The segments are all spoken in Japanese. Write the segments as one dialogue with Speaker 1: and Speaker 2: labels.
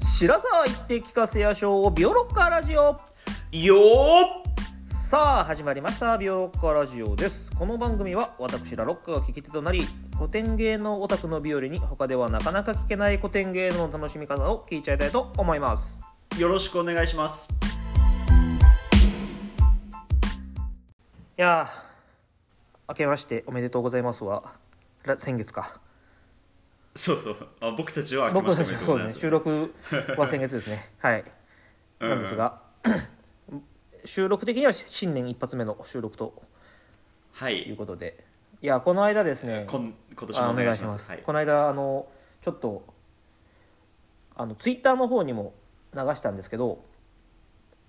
Speaker 1: 白沢行って聞かせやしょうビオロッカーラジオ
Speaker 2: よ
Speaker 1: さあ始まりましたビオロッカーラジオですこの番組は私らロッカーが聞き手となり古典芸能オタクのビオレに他ではなかなか聞けない古典芸能の楽しみ方を聞いちゃいたいと思います
Speaker 2: ーよろしくお願いします
Speaker 1: いやー明けましておめでとうございますはら先月か
Speaker 2: そうそうあ僕たちは明けま
Speaker 1: 僕
Speaker 2: して
Speaker 1: た
Speaker 2: お
Speaker 1: ち
Speaker 2: めでとう
Speaker 1: そ
Speaker 2: ご
Speaker 1: う
Speaker 2: ざ
Speaker 1: で
Speaker 2: います
Speaker 1: ね
Speaker 2: す
Speaker 1: 収録は先月です ねはい
Speaker 2: うん
Speaker 1: なんですが収録的には新年一発目の収録と
Speaker 2: は
Speaker 1: という
Speaker 2: い
Speaker 1: ことでいやこの間ですね
Speaker 2: こん今年
Speaker 1: あ
Speaker 2: も
Speaker 1: お
Speaker 2: お
Speaker 1: 願
Speaker 2: 願
Speaker 1: いし
Speaker 2: いし
Speaker 1: ま
Speaker 2: ますす
Speaker 1: この間あのちょっとあのツイッターの方にも流したんですけど、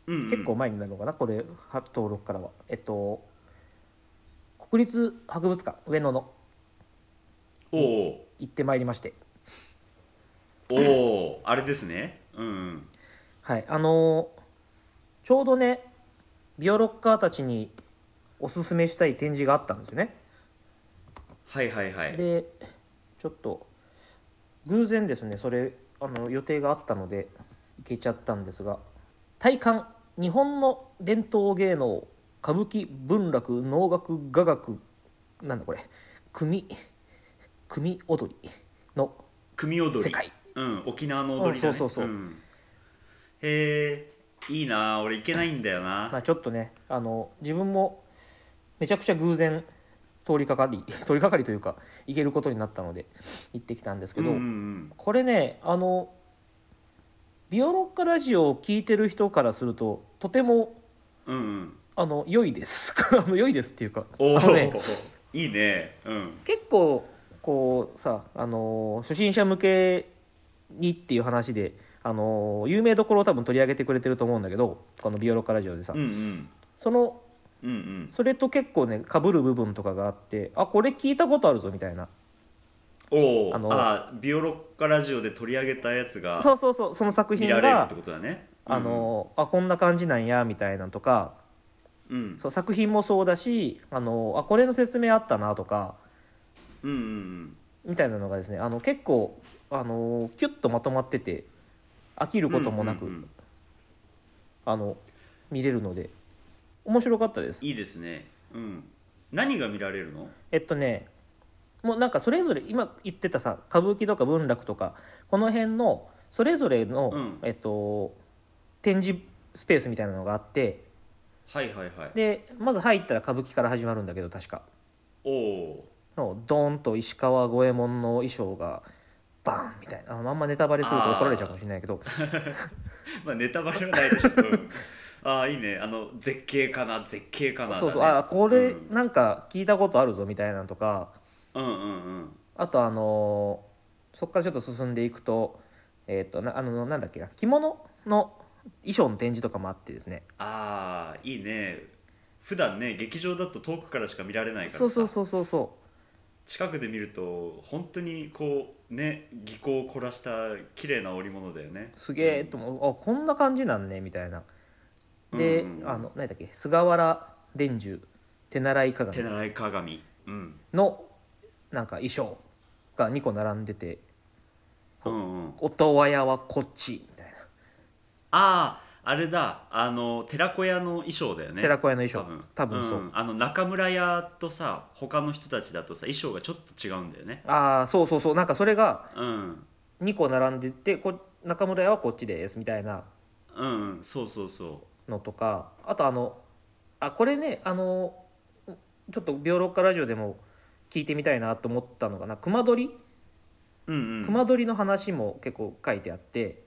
Speaker 2: うんうん
Speaker 1: 結構前になるのかなこれは登録からはえっと国立博物館上野の
Speaker 2: おお
Speaker 1: 行ってまいりまして
Speaker 2: おおあれですねうんうん
Speaker 1: はいあのちょうどねビオロッカーたちにおすすめしたい展示があったんですよね
Speaker 2: はいはいはい
Speaker 1: でちょっと偶然ですねそれあの予定があったので行けちゃったんですが「体感日本の伝統芸能歌舞伎文楽能楽雅楽なんだこれ組組踊りの
Speaker 2: 組踊り
Speaker 1: 世界
Speaker 2: うん沖縄の踊りだね
Speaker 1: うんそうそうそうん
Speaker 2: へえいいな俺行けないんだよな、
Speaker 1: まあ、ちょっとねあの自分もめちゃくちゃ偶然通りかかり通りかかりというか行けることになったので行ってきたんですけ
Speaker 2: うん
Speaker 1: ど、
Speaker 2: うんうん
Speaker 1: これねあのビオロッカラジオを聞いてる人からするととても
Speaker 2: うんうん
Speaker 1: あの良いです あの良いですっていうかあ
Speaker 2: おお、
Speaker 1: のね
Speaker 2: いいねうん
Speaker 1: 結構こうさあの初心者向けにっていう話であの有名どころを多分取り上げてくれてると思うんだけどこのビオロッカラジオでさ、
Speaker 2: うんうん
Speaker 1: その
Speaker 2: うんうん
Speaker 1: それと結構ね被る部分とかがあってあこれ聞いたことあるぞみたいな
Speaker 2: おお
Speaker 1: あの
Speaker 2: あビオロッカラジオで取り上げたやつが
Speaker 1: そうそうそうその作
Speaker 2: 見
Speaker 1: 品
Speaker 2: られる
Speaker 1: が
Speaker 2: ってことだね
Speaker 1: あのあこんな感じなんやみたいなのとか
Speaker 2: うんうん
Speaker 1: そう作品もそうだしあのあこれの説明あったなとか
Speaker 2: うんうん
Speaker 1: みたいなのがですねあの結構あのキュッとまとまってて飽き
Speaker 2: う
Speaker 1: る
Speaker 2: ん
Speaker 1: こともなく、
Speaker 2: うんうんうん
Speaker 1: あの見れるので面白かったです
Speaker 2: いいですねうん何が見られるの
Speaker 1: えっとねもうなんかそれぞれ今言ってたさ歌舞伎とか文楽とかこの辺のそれぞれの、
Speaker 2: うん
Speaker 1: えっと、展示スペースみたいなのがあって
Speaker 2: はいはいはい
Speaker 1: でまず入ったら歌舞伎から始まるんだけど確か
Speaker 2: おお
Speaker 1: のドーンと石川五右衛門の衣装がバーンみたいなあのあんまネタバレすると怒られちゃうかもしれないけど
Speaker 2: まあネタバレはないでしょ、 うん、ああいいねあの絶景かな絶景かな、
Speaker 1: そうそう
Speaker 2: だね
Speaker 1: あこれ
Speaker 2: うん
Speaker 1: なんか聞いたことあるぞみたいなのとか
Speaker 2: うんうんうん
Speaker 1: あとあのーそこからちょっと進んでいくとえっ、となあのなんだっけな着物の衣装の展示とかもあってですね
Speaker 2: ああいいね普段ね劇場だと遠くからしか見られないからさ
Speaker 1: そうそうそうそうそ
Speaker 2: 近くで見ると本当にこうね技巧を凝らした綺麗な織物だよね
Speaker 1: うすげえと思うあこんな感じなんねみたいなで、
Speaker 2: うんうんうん
Speaker 1: あの何だっけ菅原伝授手習い鏡
Speaker 2: 手習い鏡うん
Speaker 1: のなんか衣装が2個並んでて
Speaker 2: うんうん
Speaker 1: 「音和屋はこっち」みたいな
Speaker 2: あああれだあの寺子屋の衣装だよね
Speaker 1: 寺子屋の衣装
Speaker 2: 多分
Speaker 1: 多分そう、
Speaker 2: んあの中村屋とさ他の人たちだとさ衣装がちょっと違うんだよね
Speaker 1: ああそうそうそうなんかそれが
Speaker 2: うん
Speaker 1: 2個並んでてこ中村屋はこっちですみたいな
Speaker 2: うんうんそうそうそ
Speaker 1: のとかあとあのあこれねあのちょっと「ビオロッカラジオ」でも聞いてみたいなと思ったのがな熊取
Speaker 2: ううんうん
Speaker 1: 熊取の話も結構書いてあって、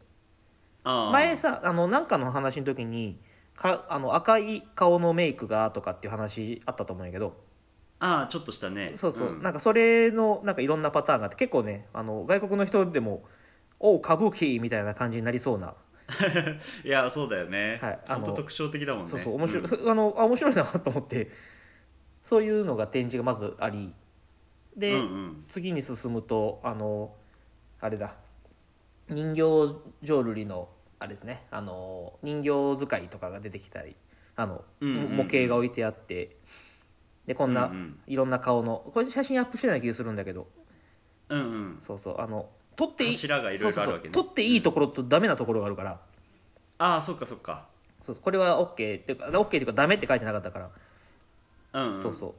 Speaker 2: ああ
Speaker 1: 前さあのなんかの話の時にかあの赤い顔のメイクがとかっていう話あったと思うんやけど
Speaker 2: ああちょっとしたね
Speaker 1: そうそう、
Speaker 2: ん
Speaker 1: なんかそれのなんかいろんなパターンがあって結構ねあの外国の人でも「おう歌舞伎」みたいな感じになりそうな、
Speaker 2: いやそうだよね、
Speaker 1: はいあ
Speaker 2: ほ
Speaker 1: の
Speaker 2: んと特徴的だもんね
Speaker 1: そうそう面白い、
Speaker 2: ん
Speaker 1: あのあ面白いなと思ってそういうのが展示がまずあり で、
Speaker 2: うんうん
Speaker 1: 次に進むとあのあれだ人形浄瑠璃のあれですねあの人形使いとかが出てきたりあの、
Speaker 2: うんうんうん
Speaker 1: 模型が置いてあってでこんな、
Speaker 2: うんうん
Speaker 1: いろんな顔のこれ写真アップしてない気がするんだけど
Speaker 2: うんうん
Speaker 1: そうそうあの取っていい
Speaker 2: 柱がいろいろあるわけね
Speaker 1: そうそうそう取っていいところとダメなところがあるから、
Speaker 2: ああそっかそっか
Speaker 1: そうそうこれは OK っていうか OK っていうかダメって書いてなかったから、
Speaker 2: うん、
Speaker 1: そうそ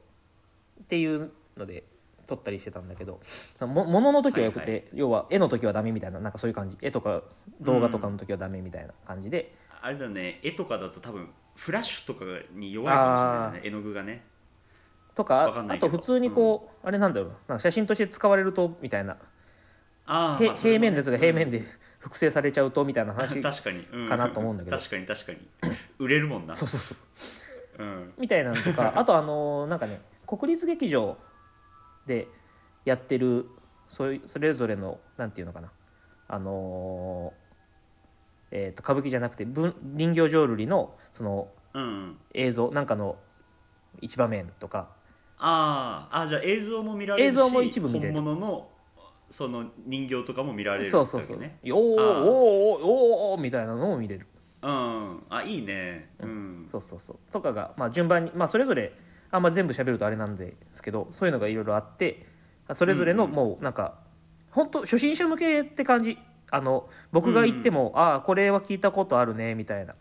Speaker 1: うっていうので撮ったりしてたんだけどもものの時はよくて、
Speaker 2: は
Speaker 1: 要は絵の時はダメみたいななんかそういう感じ絵とか動画とかの時はダメみたいな感じで、
Speaker 2: あれだね絵とかだと多分フラッシュとかに弱いかもしれないね絵の具がね
Speaker 1: と
Speaker 2: わか
Speaker 1: かあ
Speaker 2: んな
Speaker 1: あ
Speaker 2: いけど
Speaker 1: と普通にこう、あれなんだろうななんか写真として使われるとみたいな、
Speaker 2: あー
Speaker 1: へ
Speaker 2: まあそ
Speaker 1: 平
Speaker 2: れもね
Speaker 1: 面ですが平面で複製されちゃうとみたいな
Speaker 2: うん
Speaker 1: 話
Speaker 2: 確かに、う
Speaker 1: かなと思うんだけど
Speaker 2: 確かに確かに売れるもんな
Speaker 1: そうそうそう
Speaker 2: うん
Speaker 1: みたいなのと かあとあのーなんかね国立劇場でやってるそういうそれぞれのなんていうのかなあのーえー、と歌舞伎じゃなくて文人形浄瑠璃のその
Speaker 2: うんうん
Speaker 1: 映像なんかの一場面とか
Speaker 2: あーあーじゃあ映像も見られるし
Speaker 1: 映像も一部見れる
Speaker 2: 本物のその人形とかも見られる
Speaker 1: そうそうそう
Speaker 2: わけね
Speaker 1: 「よーおー
Speaker 2: あー
Speaker 1: おーおーおーみたいなのも見れる
Speaker 2: うんあいいねうん
Speaker 1: そうそうそうとかが、まあ、順番に、まあ、それぞれあんま全部喋るとあれなんですけどそういうのがいろいろあってあそれぞれの
Speaker 2: うんうん
Speaker 1: もうなんか、本当初心者向けって感じあの僕が言っても、ああこれは聞いたことあるねみたいな、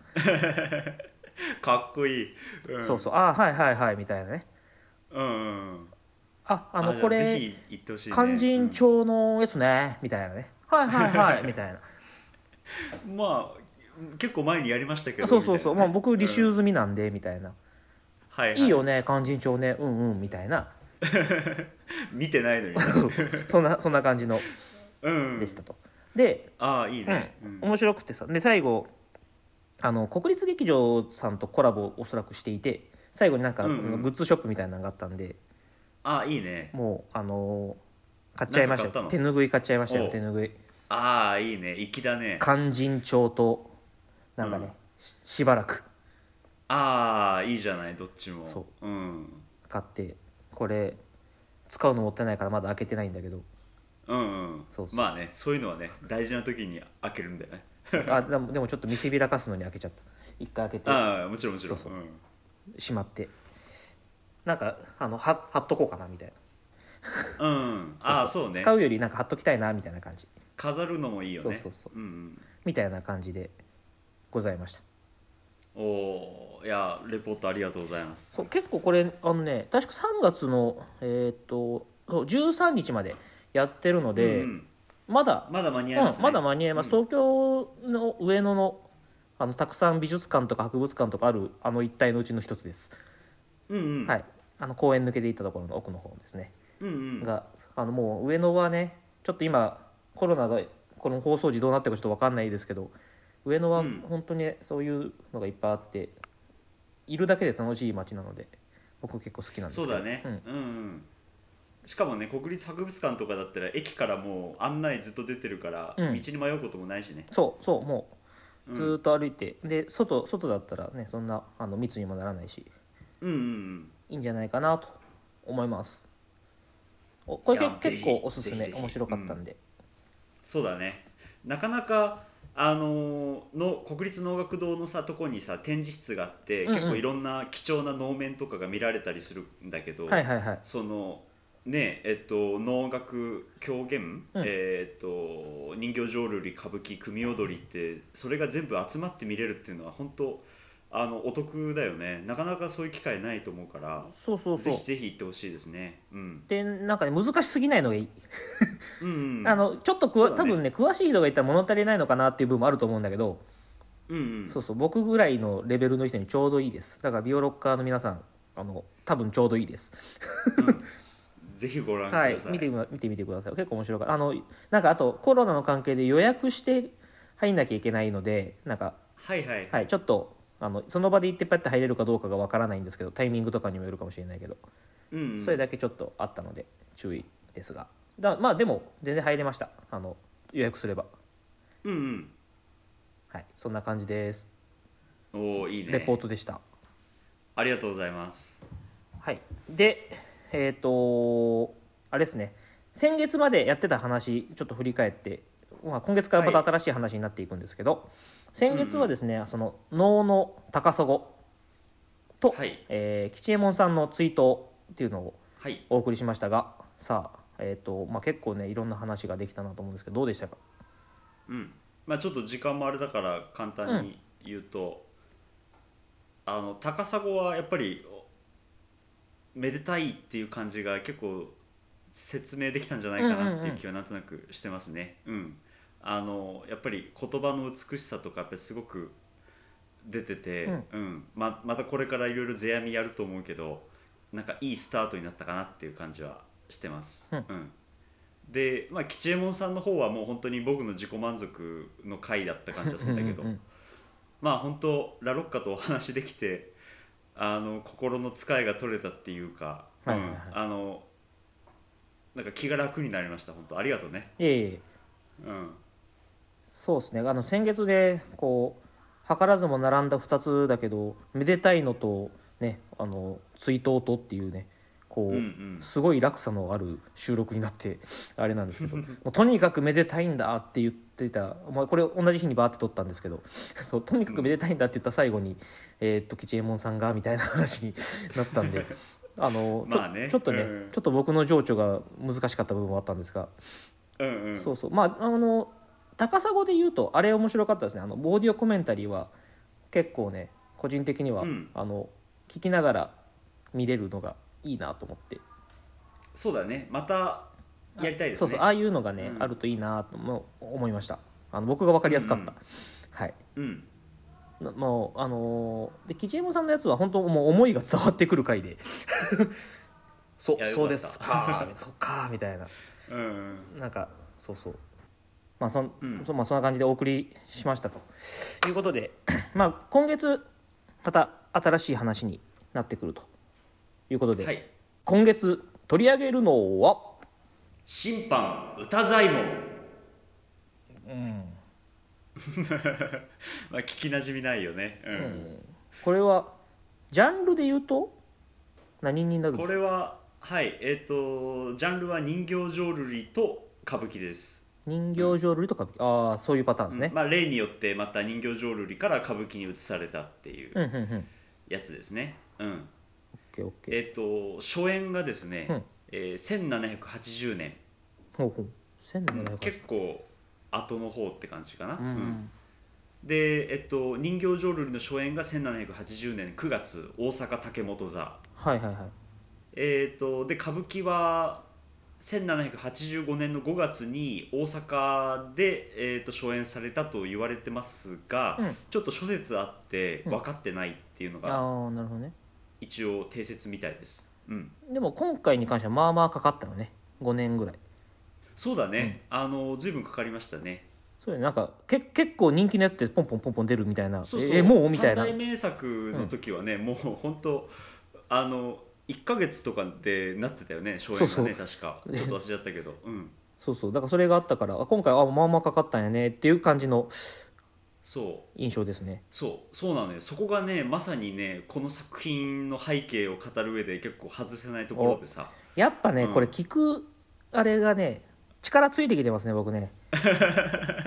Speaker 2: かっこいい、うん、
Speaker 1: そうそうああはいはいはいみたいなね
Speaker 2: うんうんうん
Speaker 1: ああの
Speaker 2: じゃ
Speaker 1: こ
Speaker 2: ぜ
Speaker 1: れ
Speaker 2: ひ行ってほしい、ね、
Speaker 1: 勧進帳のやつね、みたいなねはいはい はいみたいな
Speaker 2: うんまあ結構前にやりましたけど
Speaker 1: そうそうそう、
Speaker 2: み
Speaker 1: まあ、
Speaker 2: たいなね
Speaker 1: 僕履
Speaker 2: うん
Speaker 1: 修済みなんで、みたいな
Speaker 2: はいはい
Speaker 1: いいよね勧進帳ねうんうんみたいな
Speaker 2: 見てないのにね
Speaker 1: そんなそんな感じの
Speaker 2: うん
Speaker 1: でしたと、で
Speaker 2: ああいいね、
Speaker 1: う
Speaker 2: うんん、
Speaker 1: 面白くてさで最後あの国立劇場さんとコラボをおそらくしていて最後になんか、
Speaker 2: うんうん
Speaker 1: グッズショップみたいなのがあったんで
Speaker 2: ああいいね
Speaker 1: もうあのー買っちゃいました
Speaker 2: なんか買
Speaker 1: よ
Speaker 2: った
Speaker 1: 手ぬぐい買っちゃいました
Speaker 2: お
Speaker 1: よ
Speaker 2: う
Speaker 1: 手ぬぐい
Speaker 2: ああいいね粋だね
Speaker 1: 勧進帳となんかね、
Speaker 2: うん
Speaker 1: ししばらく
Speaker 2: ああいいじゃないどっちも、
Speaker 1: そう
Speaker 2: ん、
Speaker 1: 買ってこれ使うのもったいないからまだ開けてないんだけ ど
Speaker 2: うんうん
Speaker 1: そうそう
Speaker 2: まあねそういうのはね大事な時に開けるんだよね
Speaker 1: あでもでもちょっと見せびらかすのに開けちゃった一回開けて
Speaker 2: ああもちろんもちろん
Speaker 1: そうそ
Speaker 2: ん
Speaker 1: しまってなんかあのは貼っとこうかなみたいな
Speaker 2: うん、ああそうね
Speaker 1: 使うよりなんか貼っときたいなみたいな感じ
Speaker 2: 飾るのもいいよね、
Speaker 1: そうそうそう
Speaker 2: ん
Speaker 1: みたいな感じでございました
Speaker 2: うん、おーいやレポートありがとうございます
Speaker 1: そう結構これあのね確か3月のえーっとそう13日までやってるので、
Speaker 2: うんうん
Speaker 1: まだ、
Speaker 2: まだ間に合い
Speaker 1: ま
Speaker 2: ま
Speaker 1: う
Speaker 2: す、
Speaker 1: ん、
Speaker 2: ね
Speaker 1: まだ間に合います、
Speaker 2: うん
Speaker 1: 東京の上野のあのたくさん美術館とか博物館とかあるあの一帯のうちの一つです、
Speaker 2: うんうん、
Speaker 1: はいあの公園抜けていったところの奥の方ですね、
Speaker 2: うんうん、
Speaker 1: があのもう上野はねちょっと今コロナがこの放送時どうなってるかちょっと分かんないですけど上野は
Speaker 2: うん
Speaker 1: 本当にねそういうのがいっぱいあっているだけで楽しい街なので僕結構好きなんですけ
Speaker 2: そ
Speaker 1: ど
Speaker 2: うだね、
Speaker 1: ん
Speaker 2: うんうんしかもね国立博物館とかだったら駅からもう案内ずっと出てるから、
Speaker 1: うん
Speaker 2: 道に迷うこともないしね、
Speaker 1: そうそうも
Speaker 2: う、
Speaker 1: うんずーっと歩いて、で外外だったらねそんなあの密にもならないし
Speaker 2: うんうんうん
Speaker 1: いいんじゃないかなと思いますおこれ
Speaker 2: いや
Speaker 1: け
Speaker 2: ぜ
Speaker 1: 結
Speaker 2: ひ
Speaker 1: 構おすす
Speaker 2: ぜ
Speaker 1: め
Speaker 2: ひぜひ
Speaker 1: 面白かったんで、
Speaker 2: そうだねなかなかあのーの国立能楽堂のさとこにさ展示室があって、
Speaker 1: うんうん
Speaker 2: 結構いろんな貴重な能面とかが見られたりするんだけど、
Speaker 1: はいはいはい
Speaker 2: そのねえっと能楽狂言、
Speaker 1: うん
Speaker 2: えーっと人形浄瑠璃歌舞伎組踊りってそれが全部集まって見れるっていうのは本当あのお得だよねなかなかそういう機会ないと思うから
Speaker 1: そうそうそ
Speaker 2: ぜ
Speaker 1: う
Speaker 2: ひぜひ行ってほしいですねうん
Speaker 1: でなんかね難しすぎないのがいい
Speaker 2: うんうん
Speaker 1: あのちょっとくわ、
Speaker 2: そうだ
Speaker 1: 多
Speaker 2: ね
Speaker 1: 分ね詳しい人がいたら物足りないのかなっていう部分もあると思うんだけど、
Speaker 2: うんうん
Speaker 1: そうそう僕ぐらいのレベルの人にちょうどいいですだからビオロッカーの皆さんあの多分ちょうどいいです
Speaker 2: ぜひご覧くだ
Speaker 1: は
Speaker 2: さ
Speaker 1: い
Speaker 2: い、
Speaker 1: 見てみ見てみてください結構面白かったあのなんかあとコロナの関係で予約して入んなきゃいけないのでなんか
Speaker 2: はいはい
Speaker 1: はいちょっとあのその場で行ってパッて入れるかどうかがわからないんですけどタイミングとかにもよるかもしれないけど、
Speaker 2: うんうん
Speaker 1: それだけちょっとあったので注意ですがだまあでも全然入れましたあの予約すれば
Speaker 2: うんうん
Speaker 1: はいそんな感じです
Speaker 2: おーいいね
Speaker 1: レポートでした。
Speaker 2: ありがとうございます
Speaker 1: はい、で、えっ、とあれですね、先月までやってた話、ちょっと振り返って、まあ、今月からまた
Speaker 2: はい
Speaker 1: 新しい話になっていくんですけど、先月はですね、その能の高砂と、
Speaker 2: はい
Speaker 1: えー吉右衛門さんの追悼っていうのを
Speaker 2: はい
Speaker 1: お送りしましたが、さあ、えーとまあ、結構ねいろんな話ができたなと思うんですけどどうでしたか
Speaker 2: うんまあ、ちょっと時間もあれだから簡単に言うと、あの高砂はやっぱりおめでたいっていう感じが結構説明できたんじゃないかなっていう気はなんとなくしてますね。うんあのやっぱり言葉の美しさとかやっぱりすごく出てて、
Speaker 1: うん
Speaker 2: うんままたこれからいろいろ世阿弥やると思うけどなんかいいスタートになったかなっていう感じはしてます。
Speaker 1: うん
Speaker 2: うんで、まあ、吉右衛門さんの方はもう本当に僕の自己満足の回だった感じはするんだけど
Speaker 1: うんうんうん
Speaker 2: まあ本当ラロッカとお話できてあの心の使いが取れたっていうか、
Speaker 1: はいはいはい
Speaker 2: うん、あのなんか気が楽になりました本当ありがとうね、
Speaker 1: いえいえ
Speaker 2: うん、
Speaker 1: そうですねあの先月でこう図らずも並んだ2つだけどめでたいのとねあの追悼とっていうねこう、
Speaker 2: うんうん
Speaker 1: すごい落差のある収録になってあれなんですけど もうとにかくめでたいんだって言ってた、まあ、これ同じ日にバーって撮ったんですけど そうとにかくめでたいんだって言った最後に、えーっと吉右衛門さんがみたいな話になったんであのちょ,、
Speaker 2: まあね
Speaker 1: ちょっとね、
Speaker 2: うん
Speaker 1: ちょっと僕の情緒が難しかった部分もあったんですが、
Speaker 2: うんうん
Speaker 1: そうそうまああの高砂で言うとあれ面白かったですねあのオーディオコメンタリーは結構ね個人的には、
Speaker 2: うん
Speaker 1: あの聞きながら見れるのがいいなと思って。
Speaker 2: そうだねまたやりたいです
Speaker 1: そ
Speaker 2: ね
Speaker 1: うそうああいうのがね、
Speaker 2: うん
Speaker 1: あるといいなとも思いましたあの僕が分かりやすかった、
Speaker 2: うん
Speaker 1: はい
Speaker 2: うん
Speaker 1: なもうあのーで吉右衛門さんのやつは本当もう思いが伝わってくる 回で そ
Speaker 2: いやよか
Speaker 1: そ
Speaker 2: った
Speaker 1: うですかそっかみたいな
Speaker 2: うんうん
Speaker 1: なんかそうそうまあそん、
Speaker 2: うん
Speaker 1: そまあ、そんな感じでお送りしましたということで まあ今月また新しい話になってくるということで、
Speaker 2: はい
Speaker 1: 今月取り上げるのは
Speaker 2: 審判歌左衛門、まあ聞きなじみないよね、うん
Speaker 1: これはジャンルで言うと何になるんで
Speaker 2: こ
Speaker 1: すか
Speaker 2: れははいえっ、とジャンルは人形浄瑠璃と歌舞伎です、
Speaker 1: 人形浄瑠璃とか、ああそういうパターンですね、
Speaker 2: まあ、例によってまた人形浄瑠璃から歌舞伎に移されたっていう
Speaker 1: うん、うんうんうん
Speaker 2: やつですね、うん、
Speaker 1: OKOK
Speaker 2: えっ、と初演がですね、
Speaker 1: うん
Speaker 2: えー1780年、
Speaker 1: ほうほう1700
Speaker 2: 結構後の方って感じかな、
Speaker 1: うん、うん
Speaker 2: で、えっと、人形浄瑠璃の初演が1780年9月大阪竹本座
Speaker 1: はいはいはい
Speaker 2: えー、とで歌舞伎は1785年の5月に大阪で、えー、と初演されたと言われてますが、
Speaker 1: うん
Speaker 2: ちょっと諸説あって
Speaker 1: うん
Speaker 2: 分かってないっていうのが
Speaker 1: ああなるほどね
Speaker 2: 一応定説みたいです、うん、
Speaker 1: でも今回に関してはまあまあかかったのね5年ぐらい
Speaker 2: そうだね、あの随分かかりましたね
Speaker 1: そうねなんかけ結構人気のやつってポンポンポンポン出るみたいな
Speaker 2: そうそう
Speaker 1: えもうみたいな
Speaker 2: 三大名作の時はね、もう本当あの1か月とかでなってたよね初演がね
Speaker 1: そうそう
Speaker 2: 確かちょっと忘れちゃったけど、うん、
Speaker 1: そうそうだからそれがあったからあ今回はあまあまあかかったんやねっていう感じの
Speaker 2: そう
Speaker 1: 印象ですね
Speaker 2: そうそうなのよそこがねまさにねこの作品の背景を語る上で結構外せないところでさ
Speaker 1: やっぱね、
Speaker 2: うん
Speaker 1: これ聞くあれがね力ついてきてますね僕 ね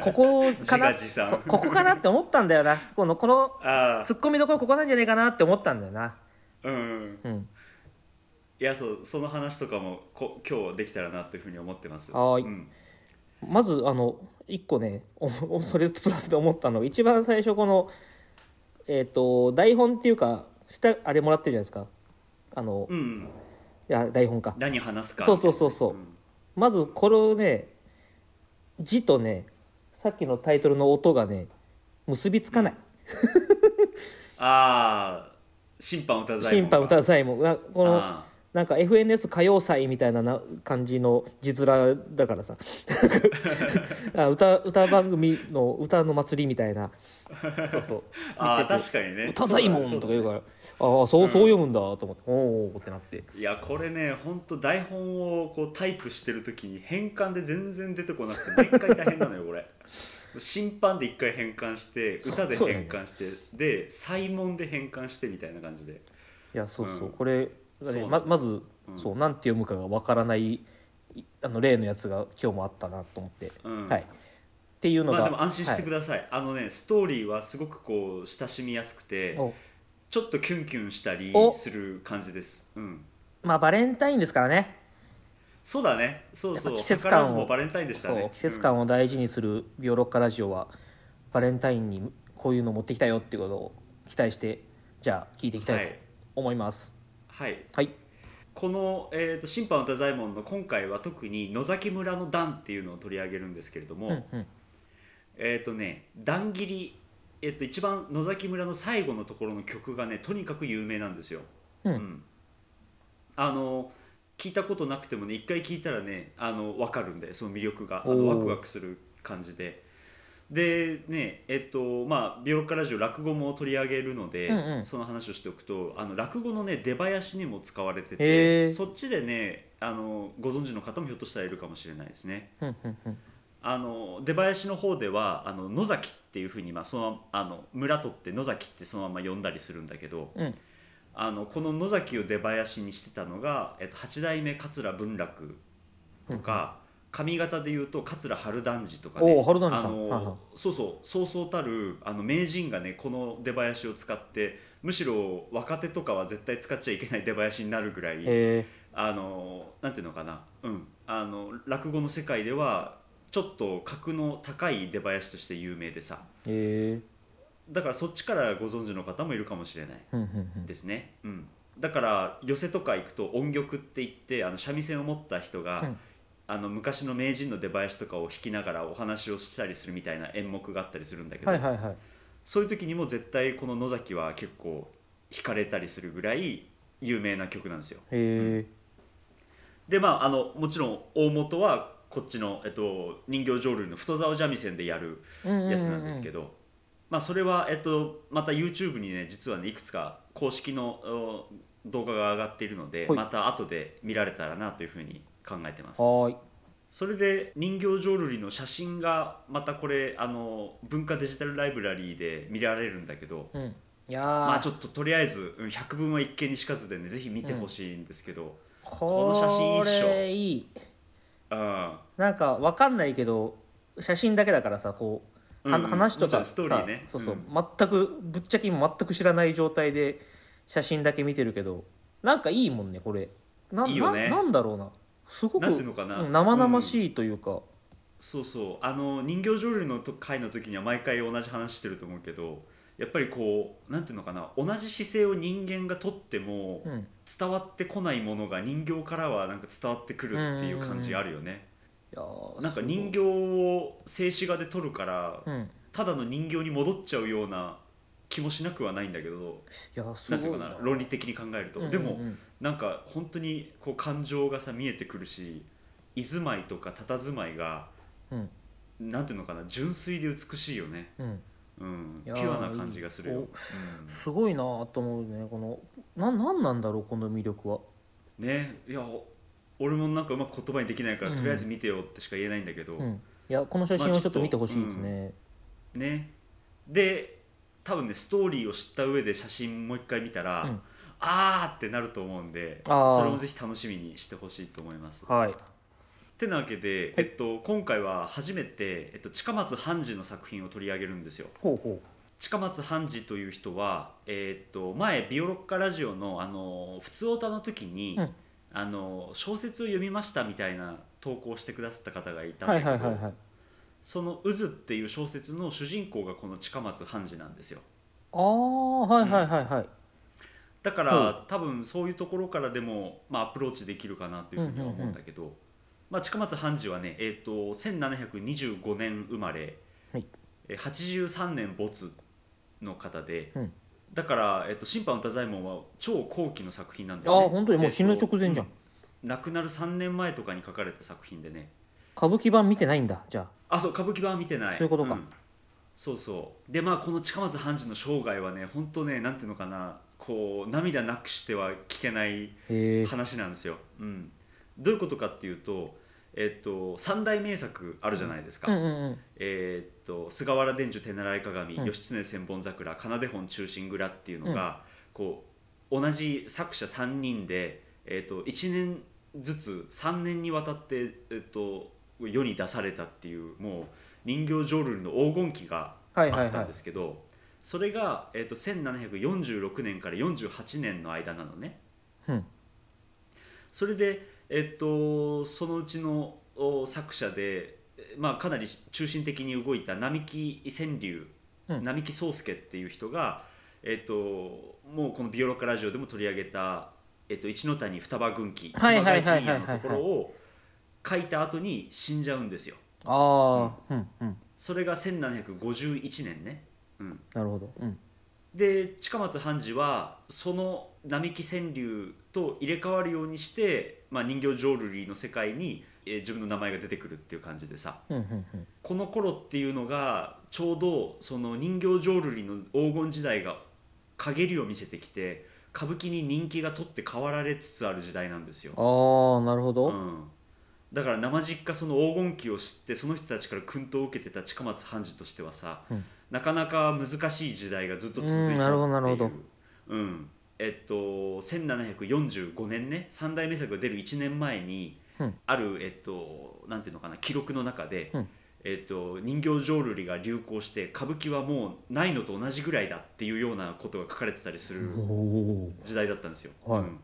Speaker 1: ここかな
Speaker 2: 自画自賛
Speaker 1: そうここかなって思ったんだよなこのこの
Speaker 2: あ
Speaker 1: ツッコミどころここなんじゃねえかなって思ったんだよな
Speaker 2: あうん
Speaker 1: うん
Speaker 2: いやそうその話とかもこ今日できたらなっていうふうに思ってます
Speaker 1: はーい
Speaker 2: うん、
Speaker 1: まずあの一個ねお おそれプラスで思ったのが一番最初このえっ、と台本っていうか下あれもらってるじゃないですかあの、
Speaker 2: うんうん、
Speaker 1: いや台本か
Speaker 2: 何話すか
Speaker 1: そうそうそうそう、
Speaker 2: ん
Speaker 1: まずこれをね字とねさっきのタイトルの音がね結びつかない、
Speaker 2: ああ審判歌左衛
Speaker 1: 審
Speaker 2: 門
Speaker 1: 判歌
Speaker 2: あ
Speaker 1: う際もなこの
Speaker 2: あ
Speaker 1: なんか FNS 歌謡祭みたいなな感じの字面だからさあ歌歌番組の歌の祭りみたいなそうそう
Speaker 2: ああ
Speaker 1: 見てて
Speaker 2: 確かにね
Speaker 1: 歌左衛門とか言う
Speaker 2: か
Speaker 1: から、ああそうそう読むんだと思って、おーおーってなって
Speaker 2: いやこれね本当台本をこうタイプしてる時に変換で全然出てこなくて毎回大変なのよこ れ審判で一回変換して
Speaker 1: そう
Speaker 2: 歌で
Speaker 1: そうだよ
Speaker 2: 変
Speaker 1: ね
Speaker 2: 換して、で細問で変換してみたいな感じで
Speaker 1: いやそうそう、
Speaker 2: うん
Speaker 1: これがね
Speaker 2: そう
Speaker 1: ままず、そうなんて読むかがわからないいあの例のやつが今日もあったなと思って、
Speaker 2: うん
Speaker 1: はいっていうのが、
Speaker 2: まあでも安心して
Speaker 1: は
Speaker 2: ください、あのねストーリーはすごくこう親しみやすくて
Speaker 1: いお
Speaker 2: ちょっとキュンキュンしたりする感じですうん
Speaker 1: まあバレンタインですからね
Speaker 2: そうだねそうそう
Speaker 1: やっぱ季節感を
Speaker 2: 図らずもバレンタインでした
Speaker 1: そう
Speaker 2: ね
Speaker 1: 季節感を大事にする「ビオロッカラジオ」はバレンタインにこういうの持ってきたよっていうことを期待してじゃあ聞いていきたいと思います
Speaker 2: はい
Speaker 1: はい、
Speaker 2: この、えー、と審判歌左衛門の今回は特に野崎村の段っていうのを取り上げるんですけれども、
Speaker 1: うんうん
Speaker 2: えっ、とね段切り、えっと一番野崎村の最後のところの曲がねとにかく有名なんですよ、
Speaker 1: うん
Speaker 2: あの聞いたことなくてもね一回聞いたらねあの分かるんでその魅力があ
Speaker 1: お
Speaker 2: の
Speaker 1: ー
Speaker 2: ワクワクする感じででねえっとまあ「ビオロッカラジオ」落語も取り上げるので、
Speaker 1: うんうん
Speaker 2: その話をしておくとあの落語のね出囃子にも使われて
Speaker 1: へ
Speaker 2: て
Speaker 1: ー
Speaker 2: そっちでねあのご存知の方もひょっとしたらいるかもしれないですね。
Speaker 1: うんうんうん
Speaker 2: あの出囃子の方ではあの野崎っていうふうに、まあ、そのあの村取って野崎ってそのまま呼んだりするんだけど
Speaker 1: うん
Speaker 2: あのこの野崎を出囃子にしてたのが、えっと、八代目桂文楽とか、上方でいうと桂春団治とか
Speaker 1: お
Speaker 2: ね
Speaker 1: う春団治
Speaker 2: あ
Speaker 1: さん
Speaker 2: の、
Speaker 1: はいはい
Speaker 2: そうそうそうそうたるあの名人がねこの出囃子を使ってむしろ若手とかは絶対使っちゃいけない出囃子になるぐらい。
Speaker 1: え
Speaker 2: あのなんていうのかな、うん、あの落語の世界ではちょっと格の高い出囃子として有名でさ
Speaker 1: ー、えー
Speaker 2: だからそっちからご存知の方もいるかもしれない
Speaker 1: うんうんうん
Speaker 2: ですね、うん、だから寄席とか行くと音曲って言ってあの三味線を持った人が、
Speaker 1: うん
Speaker 2: あの昔の名人の出囃子とかを弾きながらお話をしたりするみたいな演目があったりするんだけど、
Speaker 1: はいはいはい
Speaker 2: そういう時にも絶対この野崎は結構惹かれたりするぐらい有名な曲なんですよ。
Speaker 1: え
Speaker 2: でまああのもちろん大元はこっちの、えっと、人形浄瑠璃の太棹三味線でやる
Speaker 1: ー、
Speaker 2: やつなんですけど、まあ、それは、えっと、また YouTube にね実はねいくつか公式のお動画が上がっているので
Speaker 1: はい
Speaker 2: また後で見られたらなというふうに考えてます
Speaker 1: どはーい
Speaker 2: それで人形浄瑠璃の写真がまたこれあの文化デジタルライブラリーで見られるんだけど
Speaker 1: うんいやー、
Speaker 2: まあちょっととりあえずうん百聞は一見にしかずでねぜひ見てほしいんですけど、
Speaker 1: こ
Speaker 2: この写真いいっしょ
Speaker 1: れいい
Speaker 2: うん
Speaker 1: なんかわかんないけど写真だけだからさこう、は
Speaker 2: うんうん
Speaker 1: 話と
Speaker 2: もちろ
Speaker 1: か
Speaker 2: んストーリーね
Speaker 1: さそうそう、
Speaker 2: うん
Speaker 1: 全くぶっちゃけ今全く知らない状態で写真だけ見てるけどなんかいいもんねこれない
Speaker 2: いよね
Speaker 1: ななんだろうなすごく
Speaker 2: なんていうのかな
Speaker 1: うん生々しいというか、
Speaker 2: そうそうあの人形浄瑠璃のと回の時には毎回同じ話してると思うけどやっぱりこうなんていうのかな同じ姿勢を人間がとっても
Speaker 1: うん
Speaker 2: 伝わってこないものが人形からはなんか伝わってくるっていう感じあるよね
Speaker 1: いやー
Speaker 2: なんか
Speaker 1: すごい
Speaker 2: 人形を静止画で撮るから
Speaker 1: うんい
Speaker 2: ただの人形に戻っちゃうような気もしなくはないんだけど
Speaker 1: やーすご
Speaker 2: ないんていうのかな論理的に考えるとで
Speaker 1: うんう
Speaker 2: も
Speaker 1: んうん
Speaker 2: なんか本当にこう感情がさ見えてくるし居住まいとか佇まいが
Speaker 1: うん
Speaker 2: なんていうのかな純粋で美しいよね、
Speaker 1: うん
Speaker 2: うん、
Speaker 1: い
Speaker 2: ピ
Speaker 1: やー
Speaker 2: ュアな感じがする
Speaker 1: い
Speaker 2: よ
Speaker 1: い、すごいなーと思うねこのななんなんだろうこの魅力は
Speaker 2: うん、ねいやお俺もなんかうまく言葉にできないから、
Speaker 1: うん
Speaker 2: とりあえず見てよってしか言えないんだけど、
Speaker 1: うんいやこの写真
Speaker 2: ま
Speaker 1: は
Speaker 2: あ
Speaker 1: ち
Speaker 2: ち
Speaker 1: ょ
Speaker 2: ょ
Speaker 1: っ
Speaker 2: っ
Speaker 1: と
Speaker 2: と
Speaker 1: 見てほしいですね、
Speaker 2: ねで多分ねストーリーを知った上で写真もう一回見たら、
Speaker 1: うん
Speaker 2: あーってなると思うんで
Speaker 1: あー
Speaker 2: それもぜひ楽しみにしてほしいと思います。
Speaker 1: はい
Speaker 2: てなわけで、えっと、今回は初めて、えっと、近松半次の作品を取り上げるんですよ。
Speaker 1: ほうほう
Speaker 2: 近松半次という人は、えーっと前ビオロッカラジオのあの普通オタの時に、
Speaker 1: うん
Speaker 2: あの小説を読みましたみたいな投稿をしてくださった方がいたん
Speaker 1: は
Speaker 2: だ
Speaker 1: い
Speaker 2: けど、
Speaker 1: はいはいはい
Speaker 2: その「渦」っていう小説の主人公がこの近松半次なんですよ
Speaker 1: ああはいはいはいはい、
Speaker 2: だ
Speaker 1: ほ
Speaker 2: から多分そういうところからでも、まあ、アプローチできるかなというふうには思うんだけど、まあ、近松半次はね、えー、と1725年生まれ、
Speaker 1: はい
Speaker 2: えー83年没の方で、
Speaker 1: うん
Speaker 2: だから、えー、と審判歌左衛門は超後期の作品なんだ
Speaker 1: あ
Speaker 2: よね
Speaker 1: あ本当にもう死ぬ直前じゃん、
Speaker 2: えーとうん亡くなる3年前とかに書かれた作品でね
Speaker 1: 歌舞伎版見てないんだじゃ
Speaker 2: あそう歌舞伎版は見てない
Speaker 1: そういうことか
Speaker 2: んそうそうでまあこの近松半次の生涯はね本当ねなんていうのかなこう涙なくしては聞けな
Speaker 1: あ
Speaker 2: い
Speaker 1: へえ
Speaker 2: 話なんですよ、うん、どういうことかっていうと,、えっと三大名作あるじゃないですか、
Speaker 1: うんうんうん
Speaker 2: えっと菅原伝授手習い鏡、
Speaker 1: うん
Speaker 2: 義経千本桜奏で本忠臣蔵っていうのが、こう同じ作者3人で、えっと1年ずつ3年にわたって、えっと世に出されたっていうもう人形浄瑠璃の黄金期が
Speaker 1: はいは
Speaker 2: あ
Speaker 1: い
Speaker 2: った
Speaker 1: はい
Speaker 2: んですけど、それが、えっと1746年から48年の間なのね。
Speaker 1: うん
Speaker 2: それで、えっと、そのうちのお作者で、えまあ、かなり中心的に動いた並木川柳、
Speaker 1: うん
Speaker 2: 並木宗介っていう人が、えっと、もうこの「ビオロッカラジオ」でも取り上げた、えっと、一ノ谷双葉軍記
Speaker 1: はい
Speaker 2: 今
Speaker 1: はいは
Speaker 2: 川
Speaker 1: いはいはい
Speaker 2: 陣屋のところを書いた後に死んじゃうんですよ。
Speaker 1: ああうんうん
Speaker 2: それが1751年ね。うん、
Speaker 1: なるほどうん
Speaker 2: で近松判事はその並木川柳と入れ替わるようにして、まあ、人形浄瑠璃の世界に、えー自分の名前が出てくるっていう感じでさ
Speaker 1: うんうんうん
Speaker 2: この頃っていうのがちょうどその人形浄瑠璃の黄金時代が陰りを見せてきて歌舞伎に人気が取って変わられつつある時代なんですよ。
Speaker 1: ああなるほど、
Speaker 2: うん、だから生実家その黄金期を知ってその人たちから薫陶を受けてた近松判事としてはさ、
Speaker 1: うん
Speaker 2: なかなか難しい時代がずっと続いて
Speaker 1: うん
Speaker 2: た
Speaker 1: なるほどなるほ
Speaker 2: ってい
Speaker 1: ど
Speaker 2: ううんえっと1745年ね三代目作が出る1年前に、
Speaker 1: うん
Speaker 2: あるえっとなんていうのかな記録の中で、
Speaker 1: うん
Speaker 2: えっと、人形浄瑠璃が流行して歌舞伎はもうないのと同じぐらいだっていうようなことが書かれてたりする
Speaker 1: おお
Speaker 2: 時代だったんですよ、
Speaker 1: はい
Speaker 2: うん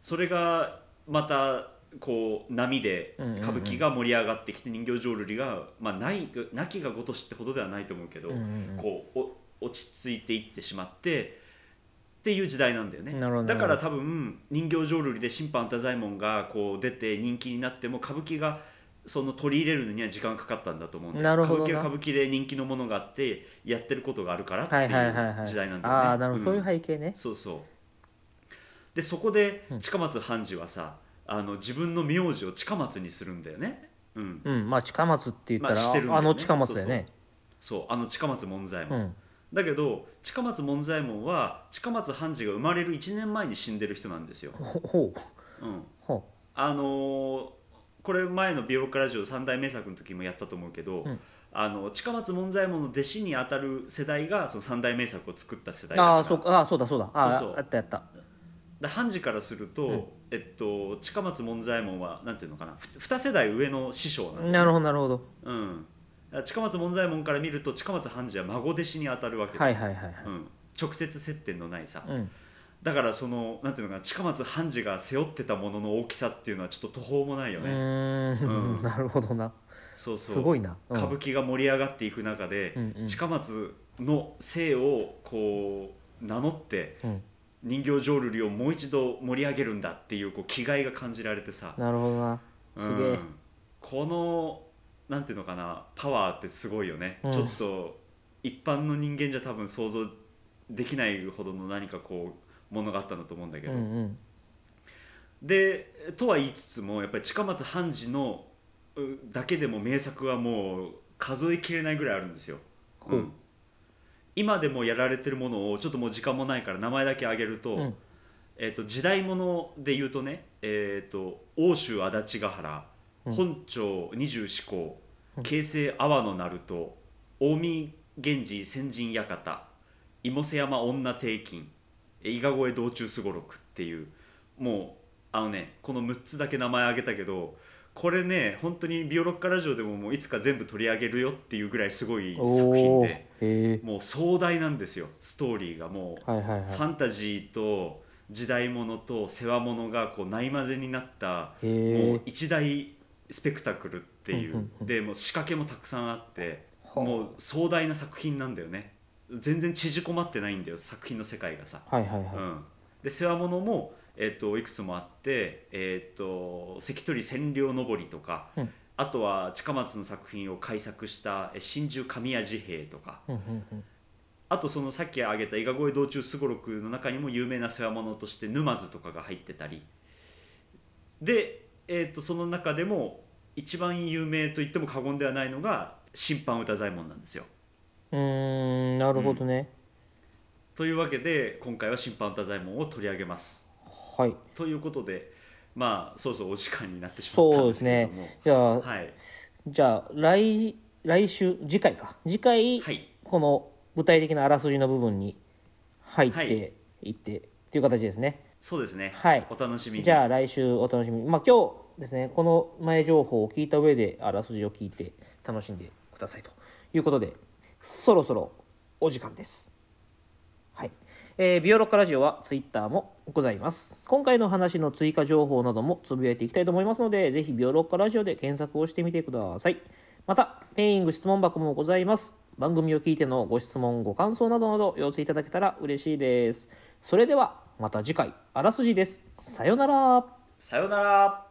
Speaker 2: それがまたこう波で
Speaker 1: うんうんうん
Speaker 2: 歌舞伎が盛り上がってきて人形浄瑠璃が、まあ、ないなきが如しってほどではないと思うけど、
Speaker 1: うんうんうん
Speaker 2: こうお落ち着いていってしまってっていう時代なんだよね
Speaker 1: なるほど
Speaker 2: だから多分人形浄瑠璃で新版太左衛門がこう出て人気になっても歌舞伎がその取り入れるのには時間かかったんだと思うんで
Speaker 1: なるほどな
Speaker 2: 歌舞伎は歌舞伎で人気のものがあってやってることがあるからってい
Speaker 1: はいはいはいは
Speaker 2: う
Speaker 1: い
Speaker 2: 時代なんだよね。
Speaker 1: ああなるほど、
Speaker 2: ん
Speaker 1: そういう背景ね
Speaker 2: そうそうでそこで近松判事はさ、あの自分の名字を近松にするんだよねうん
Speaker 1: うんまあ近松って言ったら、
Speaker 2: まあしてるんだよ
Speaker 1: あ
Speaker 2: ね
Speaker 1: の近松だよね
Speaker 2: そうあの近松門左衛
Speaker 1: う
Speaker 2: 門、
Speaker 1: ん
Speaker 2: だけど近松門左衛門は近松判事が生まれる1年前に死んでる人なんですよ、
Speaker 1: ほほう
Speaker 2: うん、
Speaker 1: ほ
Speaker 2: あのーこれ前の「ビオロッカラジオ」三大名作の時もやったと思うけど、
Speaker 1: ん
Speaker 2: あの近松門左衛門の弟子にあたる世代がその三大名作を作った世代だ
Speaker 1: うあ
Speaker 2: から
Speaker 1: あそうかあーそうだそうだあー
Speaker 2: そうそう
Speaker 1: あったやった
Speaker 2: で判事からすると、えっと、近松門左衛門はなんていうのかな2世代上の師匠なんだ、
Speaker 1: なるほどなるほど
Speaker 2: うん、だから近松門左衛門から見ると近松判事は孫弟子に当たるわけで、
Speaker 1: はいはいはいはい
Speaker 2: うん、直接接点のないさ、
Speaker 1: うん
Speaker 2: だからそのなんていうのかな近松判事が背負ってたものの大きさっていうのはちょっと途方もないよ
Speaker 1: う
Speaker 2: ね、
Speaker 1: ー
Speaker 2: うん
Speaker 1: んなるほどな
Speaker 2: そうそう
Speaker 1: すごいなうん
Speaker 2: 歌舞伎が盛り上がっていく中で、
Speaker 1: うんうん
Speaker 2: 近松の姓をこう名乗って、
Speaker 1: うん
Speaker 2: 人形浄瑠璃をもう一度盛り上げるんだっていうこう気概が感じられてさ
Speaker 1: なるほどなすげ
Speaker 2: う
Speaker 1: え
Speaker 2: んこのなんていうのかなパワーってすごいよね、
Speaker 1: うん
Speaker 2: ちょっと一般の人間じゃ多分想像できないほどの何かこうものがあったんだと思うんだけ
Speaker 1: う
Speaker 2: ど、
Speaker 1: んうん
Speaker 2: でとは言いつつもやっぱり近松半次のうだけでも名作はもう数えきれないぐらいあるんですよ、
Speaker 1: ほう
Speaker 2: うん今でもやられてるものをちょっともう時間もないから名前だけ挙げると,、
Speaker 1: うん
Speaker 2: えっと時代物で言うとね、えっと奥州足立ヶ原、
Speaker 1: うん
Speaker 2: 本町二十四校京成阿波の鳴門近江源氏先人館妹瀬山女帝金伊賀越え道中すごろくっていうもうあのねこの6つだけ名前挙げたけどこれね本当に「ビオロッカラジオ」でももういつか全部取り上げるよっていうぐらいすごい作品
Speaker 1: おおー
Speaker 2: で
Speaker 1: へえ
Speaker 2: もう壮大なんですよストーリーがもう
Speaker 1: はいはいはい
Speaker 2: ファンタジーと時代物と世話物がこうないまぜになった
Speaker 1: へー
Speaker 2: もう一大スペクタクルってい
Speaker 1: うんう
Speaker 2: うん
Speaker 1: うん
Speaker 2: でもう仕掛けもたくさんあって
Speaker 1: はあ
Speaker 2: もう壮大な作品なんだよね全然縮こまってないんだよ作品の世界がさ、
Speaker 1: はいはいは
Speaker 2: う
Speaker 1: い
Speaker 2: ん、で世話物も、えっといくつもあって、えっと関取千両のぼりとか、
Speaker 1: うん
Speaker 2: あとは近松の作品を改作したえ真珠神谷治兵衛とか
Speaker 1: うんうんうん
Speaker 2: あとそのさっき挙げた伊賀越え道中すごろくの中にも有名な世話物として沼津とかが入ってたりで、えー、とその中でも一番有名と言っても過言ではないのが審判歌左衛門なんですよ。
Speaker 1: うーんなるほどね
Speaker 2: というわけで今回は審判歌左衛門を取り上げます。
Speaker 1: はい
Speaker 2: ということでまあそうそうお時間になってしまった
Speaker 1: そ
Speaker 2: ん
Speaker 1: う
Speaker 2: で
Speaker 1: ですす
Speaker 2: けれ
Speaker 1: ね
Speaker 2: ども、
Speaker 1: じゃあ
Speaker 2: はい
Speaker 1: じゃあ来来週次回か次回、
Speaker 2: はい
Speaker 1: この具体的なあらすじの部分に入っ
Speaker 2: はい
Speaker 1: ていって、っていう形ですね
Speaker 2: そうですね、
Speaker 1: はい
Speaker 2: お楽しみに
Speaker 1: じゃあ来週お楽しみにまあ今日ですねこの前情報を聞いた上であらすじを聞いて楽しんでくださいということでそろそろお時間ですはい、えービオロッカラジオはツイッターもございます今回の話の追加情報などもつぶやいていきたいと思いますのでぜひビオロッカラジオで検索をしてみてくださいまたペイング質問箱もございます番組を聞いてのご質問ご感想などなどお寄せいただけたら嬉しいですそれではまた次回あらすじですさよなら
Speaker 2: さようなら